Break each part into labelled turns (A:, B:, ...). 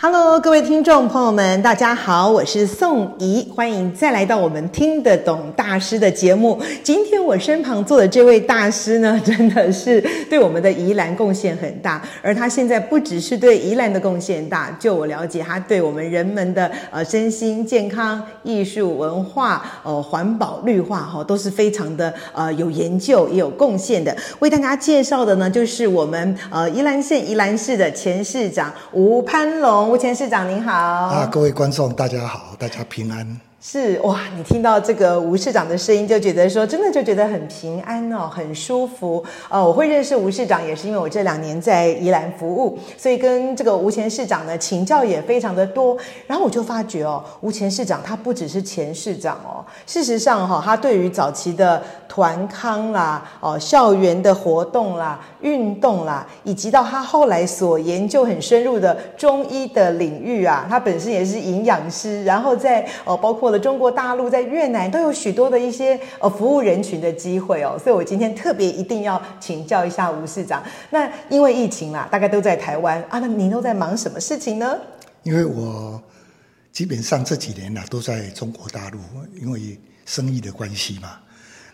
A: Hello，各位听众朋友们，大家好，我是宋怡，欢迎再来到我们听得懂大师的节目。今天我身旁坐的这位大师呢，真的是对我们的宜兰贡献很大，而他现在不只是对宜兰的贡献大，就我了解，他对我们人们的呃身心健康、艺术文化、呃环保、绿化哈、哦、都是非常的呃有研究也有贡献的。为大家介绍的呢，就是我们呃宜兰县宜兰市的前市长吴攀龙。吴前市长您好
B: 啊，各位观众大家好，大家平安。
A: 是哇，你听到这个吴市长的声音，就觉得说真的就觉得很平安哦，很舒服。呃，我会认识吴市长也是因为我这两年在宜兰服务，所以跟这个吴前市长呢请教也非常的多。然后我就发觉哦，吴前市长他不只是前市长哦，事实上哈、哦，他对于早期的团康啦、哦校园的活动啦、运动啦，以及到他后来所研究很深入的中医的领域啊，他本身也是营养师，然后在哦包括。了中国大陆在越南都有许多的一些呃服务人群的机会哦，所以我今天特别一定要请教一下吴市长。那因为疫情啦，大概都在台湾啊，那您都在忙什么事情呢？
B: 因为我基本上这几年呢、啊、都在中国大陆，因为生意的关系嘛。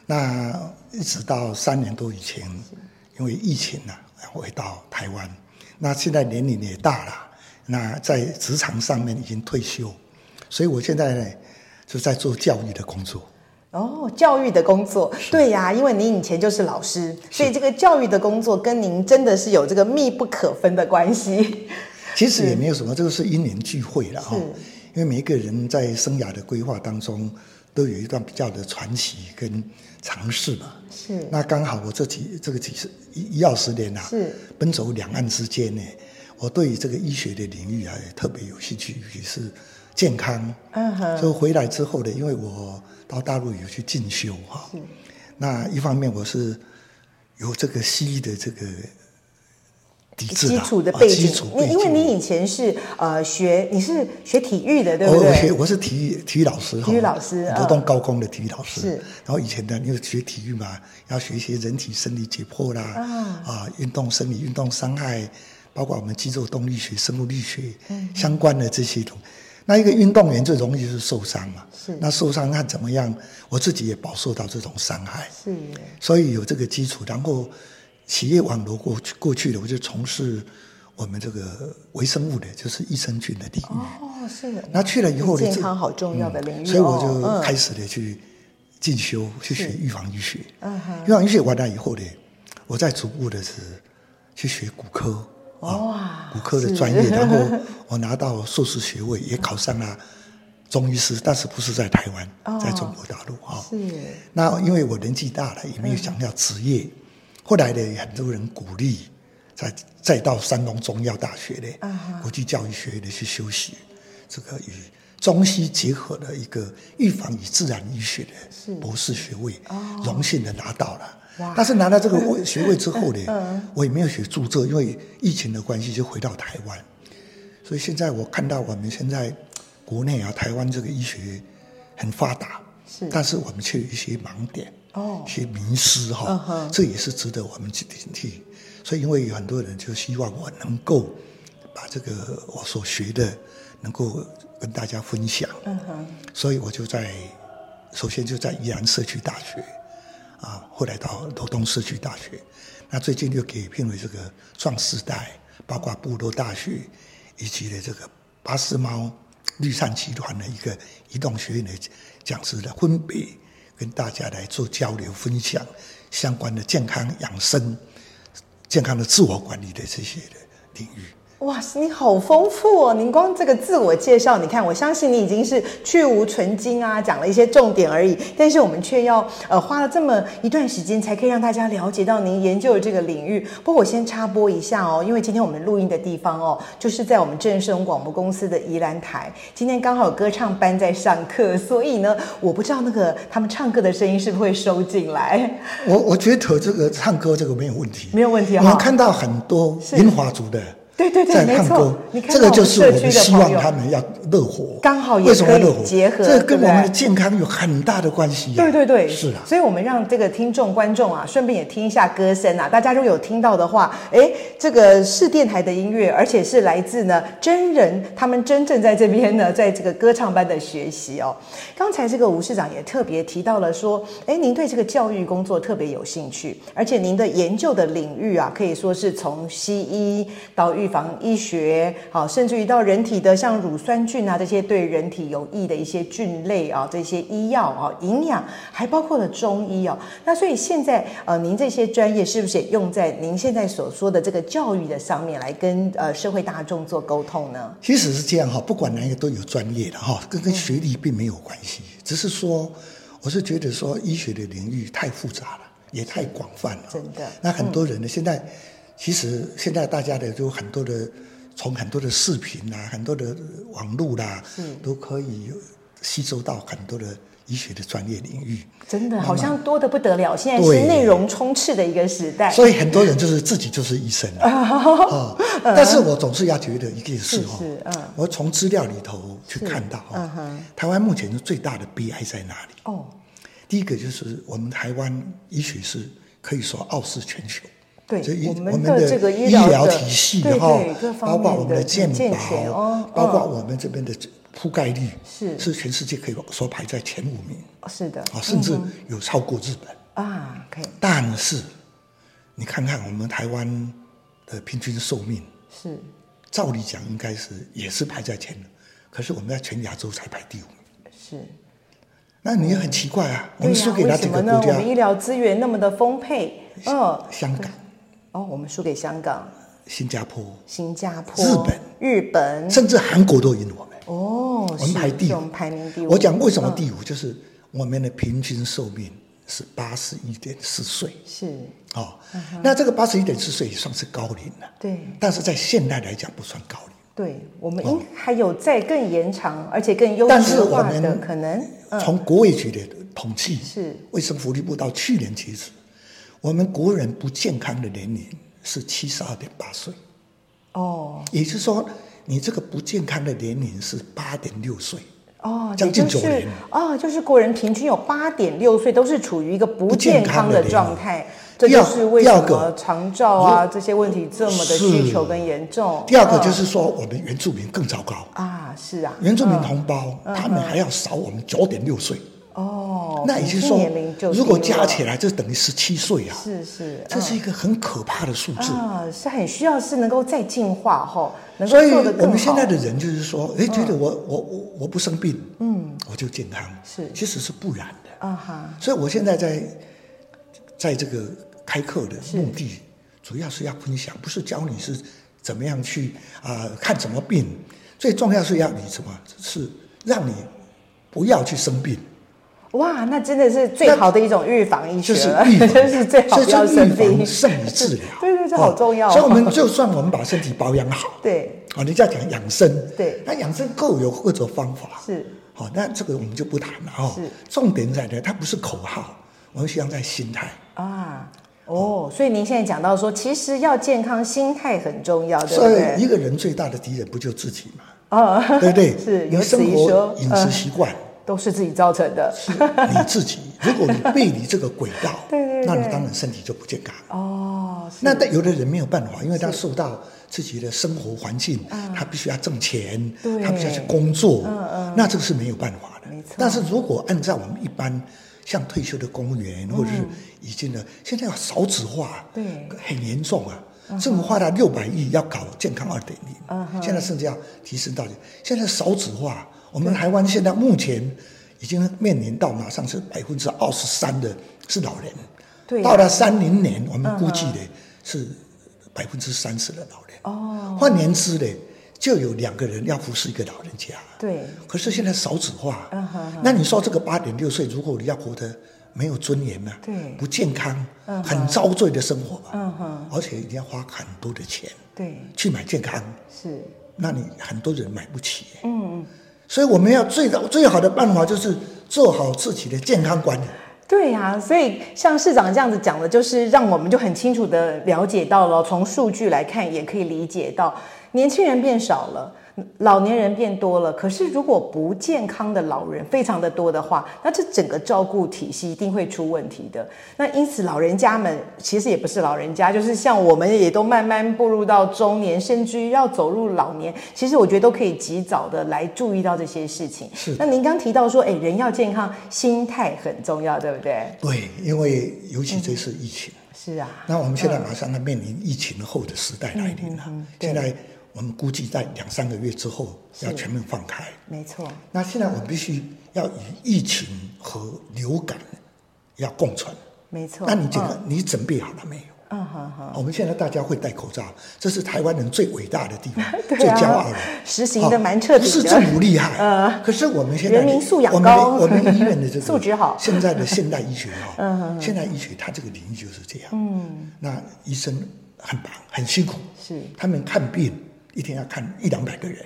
B: 那一直到三年多以前，因为疫情呢、啊，回到台湾。那现在年龄也大了，那在职场上面已经退休，所以我现在呢。就在做教育的工作，
A: 哦，教育的工作，对呀、啊，因为您以前就是老师，所以这个教育的工作跟您真的是有这个密不可分的关系。
B: 其实也没有什么，这个是因缘聚会了哈。因为每一个人在生涯的规划当中，都有一段比较的传奇跟尝试嘛。
A: 是。
B: 那刚好我这几这个几十一二十年啊，
A: 是
B: 奔走两岸之间呢，我对这个医学的领域啊也特别有兴趣，也是。健康，
A: 嗯哼，
B: 所以回来之后呢，因为我到大陆有去进修哈，那一方面我是有这个西医的这个底子、啊、
A: 基础的背景，
B: 你、啊、
A: 因为你以前是呃学你是学体育的对不对？
B: 哦我学我是体育体育老师，
A: 体育老师，嗯
B: 罗东高工的体育老师。
A: 是，
B: 然后以前呢，因为学体育嘛，要学一些人体生理解剖啦，啊、呃，运动生理、运动伤害，包括我们肌肉动力学、生物力学、嗯、相关的这些东西。那一个运动员最容易就是受伤嘛，
A: 是
B: 那受伤看怎么样，我自己也饱受到这种伤害，
A: 是，
B: 所以有这个基础，然后企业网络过去过去的，我就从事我们这个微生物的，就是益生菌的领
A: 域。哦，是。
B: 那去了以后
A: 呢，健康好重要的领域、嗯，
B: 所以我就开始的去进修，哦嗯、去学预防医学。嗯预防医学完了以后呢，我再逐步的是去学骨科。啊
A: 哇，
B: 骨科的专业，然后我拿到硕士学位，也考上了中医师，但是不是在台湾，哦、在中国大陆啊、
A: 哦。是。
B: 那因为我年纪大了，也没有想要职业。嗯、后来呢，很多人鼓励，再再到山东中药大学的、
A: 啊、
B: 国际教育学院的去修习这个与中西结合的一个预防与自然医学的博士学位，
A: 哦、
B: 荣幸的拿到了。但是拿到 这个学位之后呢，嗯、我也没有学注册，因为疫情的关系就回到台湾，所以现在我看到我们现在国内啊，台湾这个医学很发达，
A: 是，
B: 但是我们却有一些盲点，
A: 哦，
B: 一些迷失哈、哦，
A: 嗯、
B: 这也是值得我们去警惕。所以，因为有很多人就希望我能够把这个我所学的能够跟大家分享，
A: 嗯哼，
B: 所以我就在首先就在宜兰社区大学。啊，后来到罗东社区大学，那最近又给聘为这个壮士代，包括部落大学以及的这个巴斯猫绿善集团的一个移动学院的讲师的分别跟大家来做交流分享相关的健康养生、健康的自我管理的这些的领域。
A: 哇，你好丰富哦！您光这个自我介绍，你看，我相信你已经是去无存精啊，讲了一些重点而已。但是我们却要呃花了这么一段时间，才可以让大家了解到您研究的这个领域。不过我先插播一下哦，因为今天我们录音的地方哦，就是在我们正声广播公司的宜兰台。今天刚好有歌唱班在上课，所以呢，我不知道那个他们唱歌的声音是不是会收进来，
B: 我我觉得这个唱歌这个没有问题，
A: 没有问题
B: 我
A: 哈、
B: 们看到很多
A: 是
B: 银华族的
A: 对 对对，
B: 在
A: 没
B: 唱
A: 错
B: 歌，
A: 你，看
B: 这个
A: 到
B: 就
A: 们
B: 是
A: 社
B: 我
A: 区
B: 们
A: 的
B: 希
A: 朋
B: 望
A: 友
B: 他们要热火，
A: 刚好也
B: 为什么要热
A: 可
B: 火
A: 以结合
B: 这跟我
A: 对
B: 们的
A: 不对
B: 健康有很大的关系、啊。
A: 对对对，
B: 是啊。
A: 所以我们让这个听众观众啊，顺便也听一下歌声啊。大家如果有听到的话，哎，这个是电台的音乐，而且是来自呢真人，他们真正在这边呢，在这个歌唱班的学习哦。刚才这个吴市长也特别提到了说，哎，您对这个教育工作特别有兴趣，而且您的研究的领域啊，可以说是从西医到预防医学，好，甚至于到人体的像乳酸菌啊这些对人体有益的一些菌类啊，这些医药啊、营养，还包括了中医哦。那所以现在呃，您这些专业是不是也用在您现在所说的这个教育的上面，来跟呃社会大众做沟通呢？
B: 其实是这样哈，不管哪一个都有专业的哈，跟
A: 嗯
B: 跟学历并没有关系，只是说，我是觉得说医学的领域太复杂了，也太广泛了。
A: 真的
B: 那很多人呢，现在其实现在大家的就很多的，从很多的视频啊，很多的网络啦、都可以吸收到很多的医学的专业领域。
A: 真的好像多的不得了，现在是
B: 对
A: 内容充斥的一个时代。
B: 所以很多人就是自己就是医生啊、哦但是我总是要觉得一件事哦，
A: 嗯是是嗯
B: 我从资料里头去看到
A: 是嗯
B: 哦，台湾目前最大的悲哀在哪里？
A: 哦，
B: 第一个就是我们台湾医学是可以说傲视全球。
A: 对
B: 所以，
A: 我们
B: 我们
A: 的这个医
B: 医
A: 疗
B: 疗
A: 的
B: 体系
A: 对
B: 哈
A: 对各，方
B: 包括
A: 面
B: 我们的
A: 的
B: 健
A: 健全哦
B: 保，包括我们这边的覆盖率，
A: 是嗯
B: 是全世界可以说排在前五名
A: 是的
B: 啊，甚至有超过日本。
A: 啊，可以
B: 但是，你看看我们台湾的平均寿命，
A: 是
B: 照理讲应该是也是排在前的，可是我们在全亚洲才排第五。
A: 是。
B: 那你也很奇怪啊，我
A: 嗯对
B: 们
A: 呀，
B: 输给
A: 为
B: 了
A: 什
B: 整
A: 么
B: 个
A: 呢？
B: 国
A: 我
B: 家
A: 们医疗资源那么的丰沛，嗯，
B: 香港、
A: 哦，我们输给香港、
B: 新加坡，
A: 新加坡、
B: 日本、
A: 日本，
B: 甚至韩国都赢我们。
A: 哦，
B: 我们排
A: 是
B: 第
A: 这
B: 五
A: 种排名第五。
B: 我讲为什么第五，就是我们的平均寿命是
A: 嗯
B: 八十一点四岁。
A: 是，
B: 哦，那这个八十一点四岁也算是高龄了，
A: 嗯对
B: 但是在现代来讲不算高龄。
A: 对，我们应还有再更延长，而且更优
B: 哦但
A: 质
B: 是我
A: 化
B: 们
A: 的可能。
B: 从国卫局的统计，
A: 是
B: 卫生福利部到去年截止，我们国人不健康的年龄是七十二点八岁，
A: 哦
B: 也就是说，你这个不健康的年龄是八点六岁，
A: 哦，
B: 将
A: 也
B: 近
A: 就
B: 九
A: 是
B: 年
A: 哦，就是国人平均有八点六岁都是处于一个不
B: 不健
A: 健
B: 康
A: 康
B: 的
A: 的
B: 年
A: 状
B: 龄
A: 态。这
B: 第
A: 就
B: 二
A: 是为
B: 第二
A: 什
B: 个
A: 么长照啊
B: 如
A: 这些问题这么的需
B: 是
A: 求跟严重。
B: 第二个
A: 嗯
B: 就是说，我们原住民更糟糕，
A: 啊，是啊，
B: 原住民
A: 嗯
B: 同胞他们还要少我们九点六岁，
A: 哦，
B: 那也
A: 平
B: 就是
A: 均
B: 说
A: 年龄就，
B: 如果
A: 低了嗯
B: 加起来，这等于十七岁啊，
A: 是是，
B: 这是一个很可怕的数字。
A: 啊，是很需要是能够再进化后，能够
B: 所以
A: 做得更好。嗯
B: 我们现在的人就是说，哎，觉得我、我我我不生病，嗯，我就健康，
A: 是
B: 其实是不然的。
A: 啊哈，
B: 所以我现在在在这个开课的目的，主要是要分享，不是教你是怎么样去啊、看什么病，最重要是要你什么，是让你不要去生病，
A: 哇，那真的是最好的一种预防医学
B: 就是
A: 了，
B: 预防，
A: 真是最好
B: 所以
A: 不要
B: 这预
A: 生病，
B: 防。胜于治疗
A: 对对这好重要哦
B: 所以我们就算我们把身体保养好，
A: 对，
B: 啊，人家讲养生，
A: 对
B: 那养生各有各种方法，
A: 是，
B: 好、那这个我们就不谈了哦
A: 是。
B: 重点在呢，它不是口号，我们希望在心态，
A: 啊，哦，所以您现在讲到说，其实要健康，心态很重要，啊对不
B: 所以
A: 对？
B: 一个人最大的敌人不就自己 嘛，
A: 啊，
B: 对不对？
A: 是有
B: 你
A: 此
B: 生
A: 一说
B: 活，饮食
A: 嗯
B: 习 惯、
A: 都是自己造成的。
B: 是你自己，如果你背离这个轨道，
A: 对对对
B: 那你当然身体就不健康。
A: 哦，是
B: 那但有的人没有办法，因为他受到自己的生活环境，他必须要挣钱
A: 啊对，嗯
B: 他必须要去工作，那这个是没有办法的
A: 没错。
B: 但是如果按照我们一般像退休的公务员或者是已经的，现在要少子化，
A: 嗯对嗯
B: 很严重啊。政府花了六百亿要搞健康二点零，现在甚至要提升到现在少子化，我们台湾现在目前已经面临到马上是百分之二十三的是老人，
A: 对呀嗯
B: 到了三零年，我们估计的是百分之三十的老人。哦，换言之呢，就有两个人要服侍一个老人家。
A: 对，
B: 可是现在少子化，
A: 嗯哼
B: 那你说这个八点六岁，如果你要活得没有尊严呢、
A: 对
B: 不健康，很遭罪的生活吧，
A: 嗯哼，
B: 而且你要花很多的钱
A: 对，
B: 去买健康，
A: 是，
B: 那你很多人买不起。
A: 嗯，嗯，
B: 所以我们要最最好的办法就是做好自己的健康管理。
A: 对呀、所以像市长这样子讲的，就是让我们就很清楚的了解到了，从数据来看也可以理解到，年轻人变少了。老年人变多了，可是如果不健康的老人非常的多的话，那这整个照顾体系一定会出问题的。那因此，老人家们其实也不是老人家，就是像我们也都慢慢步入到中年，甚至于要走入老年，其实我觉得都可以及早的来注意到这些事情。
B: 是
A: 那您刚提到说，哎，人要健康，心态很重要，对不对？
B: 对，因为尤其这次疫情，
A: 是啊，
B: 那我们现在马上要面临疫情后的时代来临了。
A: 嗯对
B: 现在我们估计在两三个月之后要全面放开。
A: 没错，
B: 那现在我们必须要与疫情和流感要共存。
A: 没错。
B: 那你觉
A: 嗯
B: 得你准备好了没有？
A: 嗯哼哼，
B: 我们现在大家会戴口罩，这是台湾人最伟大的地方，
A: 对啊
B: 最骄傲的。
A: 实行得蛮彻底的呃
B: 不哦是政府厉害，可是我们现在
A: 人民素养
B: 我们的
A: 高
B: 我们医院的这个
A: 素质好嗯
B: 现在的现代医学 哈、现代医学它这个领域就是这样。嗯，那医生很忙很辛苦，
A: 是嗯
B: 他们看病一天要看一两百个人，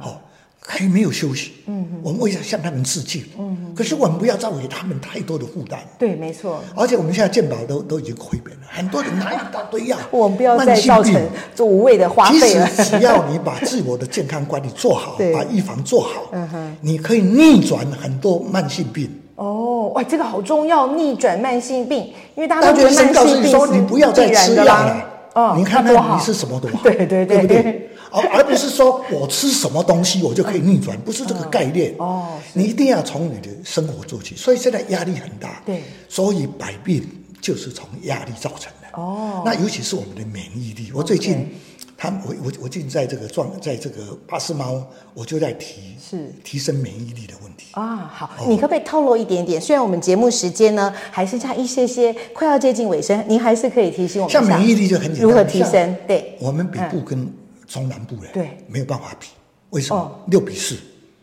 B: 好、还没有休息。嗯，我们为了向他们致敬。嗯，可是我们不要造给他们太多的负担。
A: 对，没错。，
B: 而且我们现在健保都都已经亏本了，很多人拿一大堆药
A: 我们不要再
B: 慢性
A: 造
B: 病
A: 成这无谓的花
B: 其
A: 费
B: 实
A: 了。
B: 只要你把自我的健康管理做好
A: 对，
B: 把预防做好，
A: 嗯哼
B: 你可以逆转很多慢性病。
A: 哦，哇，这个好重要，逆转慢性病，因为大家
B: 但
A: 都觉得
B: 医生
A: 慢
B: 告诉
A: 性
B: 你
A: 病
B: 说
A: 是
B: 你不要再
A: 必
B: 吃
A: 然
B: 药
A: 的
B: 了
A: 啦。，哦，
B: 你看
A: 那多
B: 看
A: 好
B: 你是什么多好，
A: 对对
B: 对
A: 对
B: 不对？而而不是说我吃什么东西我就可以逆转，不是这个概念。
A: 哦，
B: 你一定要从你的生活做起，所以现在压力很大。
A: 对，
B: 所以百病就是从压力造成的。
A: 哦，
B: 那尤其是我们的免疫力，我最近。他们，我我我最近在这个状，在这个巴斯猫，我就在提
A: 是
B: 提升免疫力的问题。
A: 啊，好，
B: 哦
A: 你可不可以透露一点点？虽然我们节目时间呢还剩下一些些，快要接近尾声，您还是可以提醒我们一下
B: 像免疫力就很简单，
A: 如何提升
B: 像？
A: 对，
B: 我们北部跟中南部人
A: 对
B: 没有办法比，为什
A: 哦
B: 么？六比四，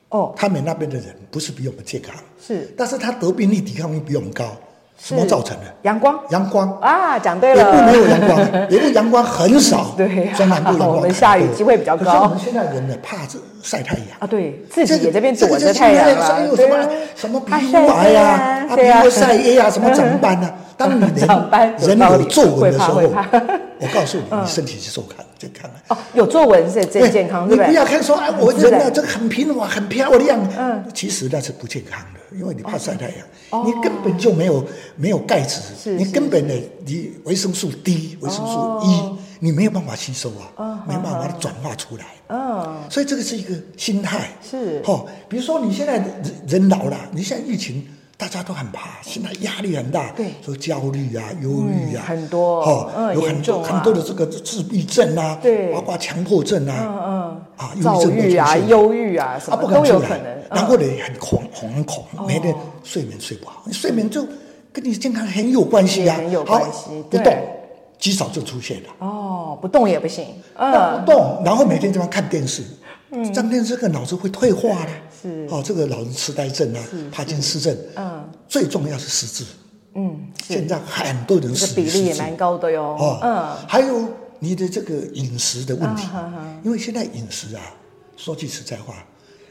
A: 哦，
B: 他们那边的人不是比我们健康，
A: 是
B: 但是他得病率、抵抗力比我们高，什么
A: 是
B: 造成的？
A: 阳光
B: 阳光。
A: 啊，讲对
B: 北部没
A: 了，
B: 有阳 光，北部阳光很少，
A: 对啊
B: 中南部阳光很多
A: 我们下雨机会比较高
B: 可是我们现在人呢，怕这晒太阳，
A: 啊，对自
B: 这
A: 己
B: 个
A: 也在边躲
B: 这
A: 着
B: 个就是
A: 太阳
B: 因为所
A: 了，
B: 以有什么
A: 对啊
B: 什么
A: 啊
B: 皮肤癌呀，啊
A: 晒黑啊
B: 皮
A: 对啊
B: 肤晒黑啊，什么长 斑啊，当你人
A: 长斑有
B: 人
A: 道
B: 有
A: 理
B: 皱纹的时候
A: 会怕会怕，嗯
B: 我告诉你，你身体是受看健康的。
A: 哦，有皱纹是最健康，对
B: 你
A: 不
B: 不
A: 对
B: 要？看说哎，我
A: 自
B: 人
A: 然
B: 啊，这个很平滑，很漂亮。嗯，其实那是不健康的，因为你怕晒太阳，你根本就没有没有钙质，
A: 哦是
B: 你
A: 是哦
B: 根本呢，你维生素 D、维生素 E，你没有办法吸收啊，没办法把它转化出来。
A: 嗯，
B: 所以这个是一个心态，
A: 是
B: 哦。比如说你现在人人老了，你现在疫情大家都很怕，现在压力很大，
A: 对
B: 说焦虑啊、忧郁啊，
A: 嗯很多
B: 哦，
A: 嗯
B: 有很
A: 严重
B: 多、
A: 啊
B: 很多的这个自闭症啊，
A: 对
B: 包括强迫症啊，
A: 嗯嗯，
B: 啊，
A: 躁
B: 忧郁
A: 郁
B: 症
A: 啊、
B: 会出现
A: 忧郁啊，什
B: 啊，
A: 么
B: 不敢
A: 都有
B: 出
A: 可
B: 来
A: 能，。
B: 然
A: 嗯哦
B: 后呢，很恐恐很恐，每天睡眠睡不好，你睡眠就跟你健康很有关系啊，
A: 也很有
B: 好
A: 关系
B: 不
A: 对
B: 动，肌少症出现了。
A: 哦，不动也不行，
B: 那
A: 嗯，
B: 不动，然后每天这样看电视，看电视，这个脑子会退化的。
A: 是
B: 哦，这个老人痴呆症啊，帕金斯症，
A: 嗯，
B: 最重要是失智。
A: 嗯，
B: 现在很多人
A: 这
B: 死
A: 比
B: 于失
A: 例也
B: 智。
A: 蛮高的哟，
B: 哦，
A: 嗯，
B: 还有你的这个饮食的问题
A: 啊哈哈，
B: 因为现在饮食啊，说句实在话，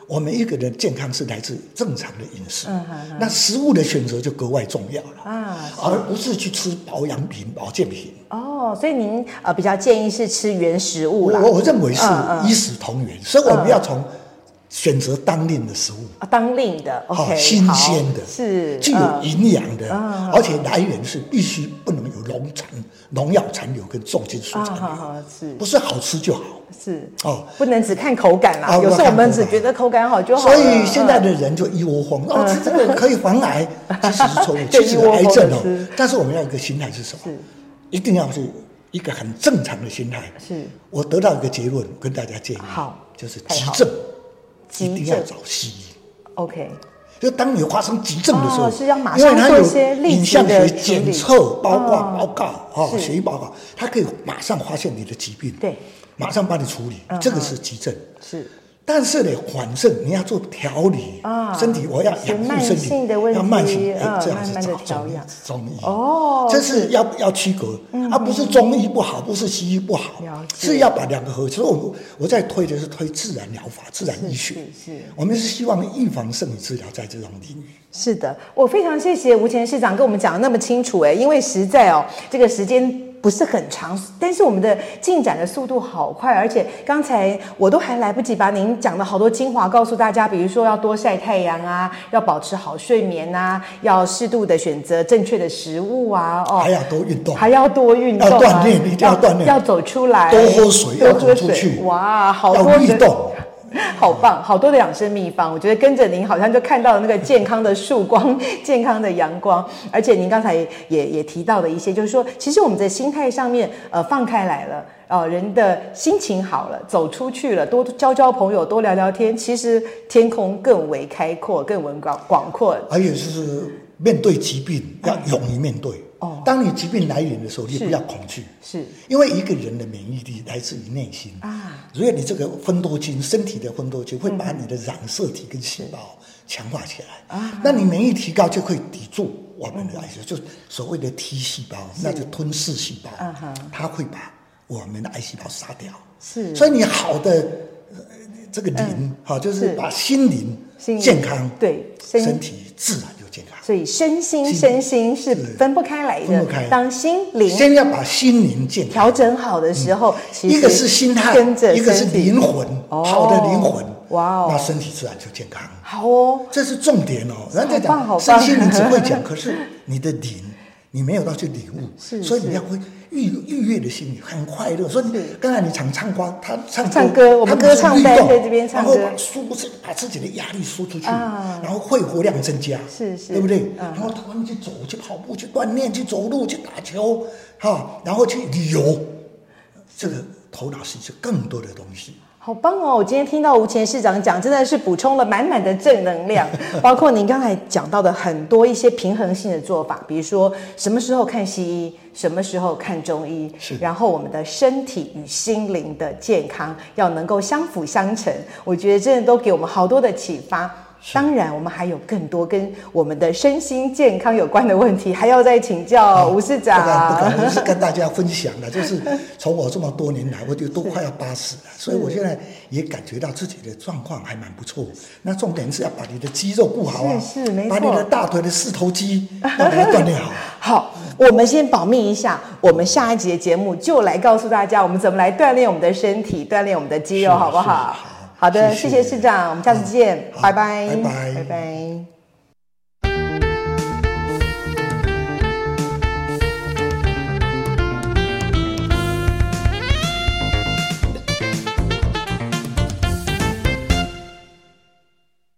B: 我们一个人健康是来自正常的饮食
A: 嗯哈，
B: 那食物的选择就格外重要了
A: 啊，
B: 而不是去吃保养品、保健品。
A: 哦，所以您呃比较建议是吃原食物
B: 我
A: 啦，
B: 我我认为是
A: 嗯嗯
B: 衣食同源，所以我们要从选择当令的食物，
A: 啊当令的
B: 好
A: ，OK，
B: 哦新
A: 好
B: 鲜的，
A: 是
B: 具有
A: 嗯
B: 营养的
A: 嗯，
B: 而且来源是必须不能有农残、农药残留跟重金属
A: 啊，
B: 残
A: 好
B: 留，
A: 好是
B: 不是好吃就好
A: 是，
B: 哦。
A: 不能只看口感啦
B: 啊，
A: 有时候我
B: 我看
A: 们
B: 口
A: 只
B: 感
A: 觉得口感好就好
B: 所
A: 了，
B: 以现在
A: 嗯
B: 的人就一窝蜂，哦，吃这个可以 防癌，其实是错误，
A: 就
B: 其实
A: 一窝
B: 癌
A: 蜂地
B: 症
A: 吃
B: 哦。但是我们要有一个心态是什么
A: 是？
B: 一定要是一个很正常的心态。
A: 啊是
B: 我得到一个结论，跟大家建议，
A: 好
B: 就是
A: 太
B: 急
A: 好
B: 症一
A: 急
B: 定要
A: 症
B: 找西医。
A: ，OK，
B: 就当你发生急症的时候，
A: 哦是要马上
B: 因为它
A: 做一
B: 有
A: 些立
B: 影
A: 即
B: 像
A: 的
B: 学
A: 处理
B: 检测，包括
A: 哦
B: 报告、哦
A: 是
B: 血液报告，它可以马上发现你的疾病。
A: 对，嗯
B: 马上帮你处理，这个是急症。
A: 是
B: 但是呢，缓症你要做调理
A: 啊
B: 身体我要
A: 是
B: 养护
A: 慢
B: 身体，
A: 性的问
B: 要慢性，
A: 题
B: 哎、
A: 嗯
B: 这样
A: 慢
B: 是
A: 慢
B: 找
A: 地调
B: 中医
A: 养，
B: 中医
A: 哦嗯
B: 这是要要区隔，啊，不是中医不好，不是西医不好
A: 了，解
B: 是要把两个合。所以我我在推的是推自然疗法、自然医学
A: 是，是是
B: 我们是希望预防胜于治疗在这种领域。
A: 是的，我非常谢谢吴前市长跟我们讲的那么清楚，哎，因为实在哦，这个时间不是很长，但是我们的进展的速度好快，而且刚才我都还来不及把您讲的好多精华告诉大家，比如说要多晒太阳啊，要保持好睡眠啊，要适度的选择正确的食物啊，哦，
B: 还要多运动，
A: 还要多运动、啊，
B: 要锻炼一定要锻炼
A: 要走出来，
B: 多喝水
A: 多
B: 要走
A: 喝
B: 出
A: 水
B: 去
A: 哇，好多
B: 要运
A: 的
B: 动。
A: 好棒，好多的养生秘方，我觉得跟着您好像就看到了那个健康的曙光、 健康的阳光，而且您刚才也也提到的一些，就是说，其实我们在心态上面，呃，放开来了，呃，人的心情好了，走出去了，多交交朋友，多聊聊天，其实天空更为开阔，更为广广阔。
B: 还有就是面对疾病要
A: 嗯
B: 勇于面对。哦，当你疾病来临的时候，你不要恐惧。
A: 是
B: 因为一个人的免疫力来自于内心
A: 啊，
B: 所以你这个分多精，身体的分多精会把你的染色体跟细胞
A: 嗯
B: 强化起来啊，那你免疫提高就可以抵住我们的癌细胞，就所谓的 T 细胞，那就吞噬细胞
A: 嗯哼，
B: 它会把我们的癌细胞杀掉。
A: 是嗯
B: 所以你好的呃这个灵，好就是
A: 是
B: 把心灵
A: 心灵
B: 健康，
A: 对身
B: 身体自然就健康。
A: 所以身心身心是分不开来
B: 分
A: 的
B: 不开。
A: 当心灵
B: 先要把心灵健康
A: 调。整好的时候，其实
B: 一个是心态
A: 跟，着
B: 一个是
A: 身体
B: 灵魂，
A: 哦
B: 好的灵魂，
A: 哇哦
B: 那身体自然就健康，
A: 好哦，
B: 这是重点哦。人家
A: 好棒好棒
B: 讲身心灵只会讲，可是你的灵，你没有到去领悟，
A: 是
B: 所以
A: 是
B: 你要会愉愉悦的心理，很快乐。所以刚才你唱唱歌，他唱
A: 唱歌我们
B: 他不是
A: 歌唱
B: 运
A: 班
B: 动
A: 在这边唱歌
B: 然后抒自把自己的压力抒出去，
A: 啊
B: 然后肺活量增加，
A: 是是
B: 对不对？
A: 嗯
B: 然后他们去走，去跑步，去锻炼，去走路，去打球，哈，然后去旅游。这个头脑是更多的东西。
A: 好棒哦！我今天听到吴前市长讲，真的是补充了满满的正能 量，包括您刚才讲到的很多一些平衡性的做法，比如说什么时候看西医，什么时候看中医，
B: 是
A: 然后我们的身体与心灵的健康要能够相辅相成，我觉得真的都给我们好多的启发。当然，我们还有更多跟我们的身心健康有关的问题，还要再请教吴市长。
B: 不敢不敢，就是跟大家分享的，就是从我这么多年来，我就都快要八 十了，所以我现在也感觉到自己的状况还蛮不错。那重点是要把你的肌肉顾好啊，
A: 是是没
B: 把你
A: 错
B: 的大腿的四头肌要把它 锻炼好。
A: 好，我们先保密一下，我们下一节节目就来告诉大家我们怎么来锻炼我们的身体，锻炼我们的肌肉，
B: 是
A: 好不好？
B: 是好
A: 好的，
B: 谢
A: 谢
B: 谢
A: 谢市长，我们下次见，
B: 好
A: 拜拜，
B: 拜拜
A: 拜拜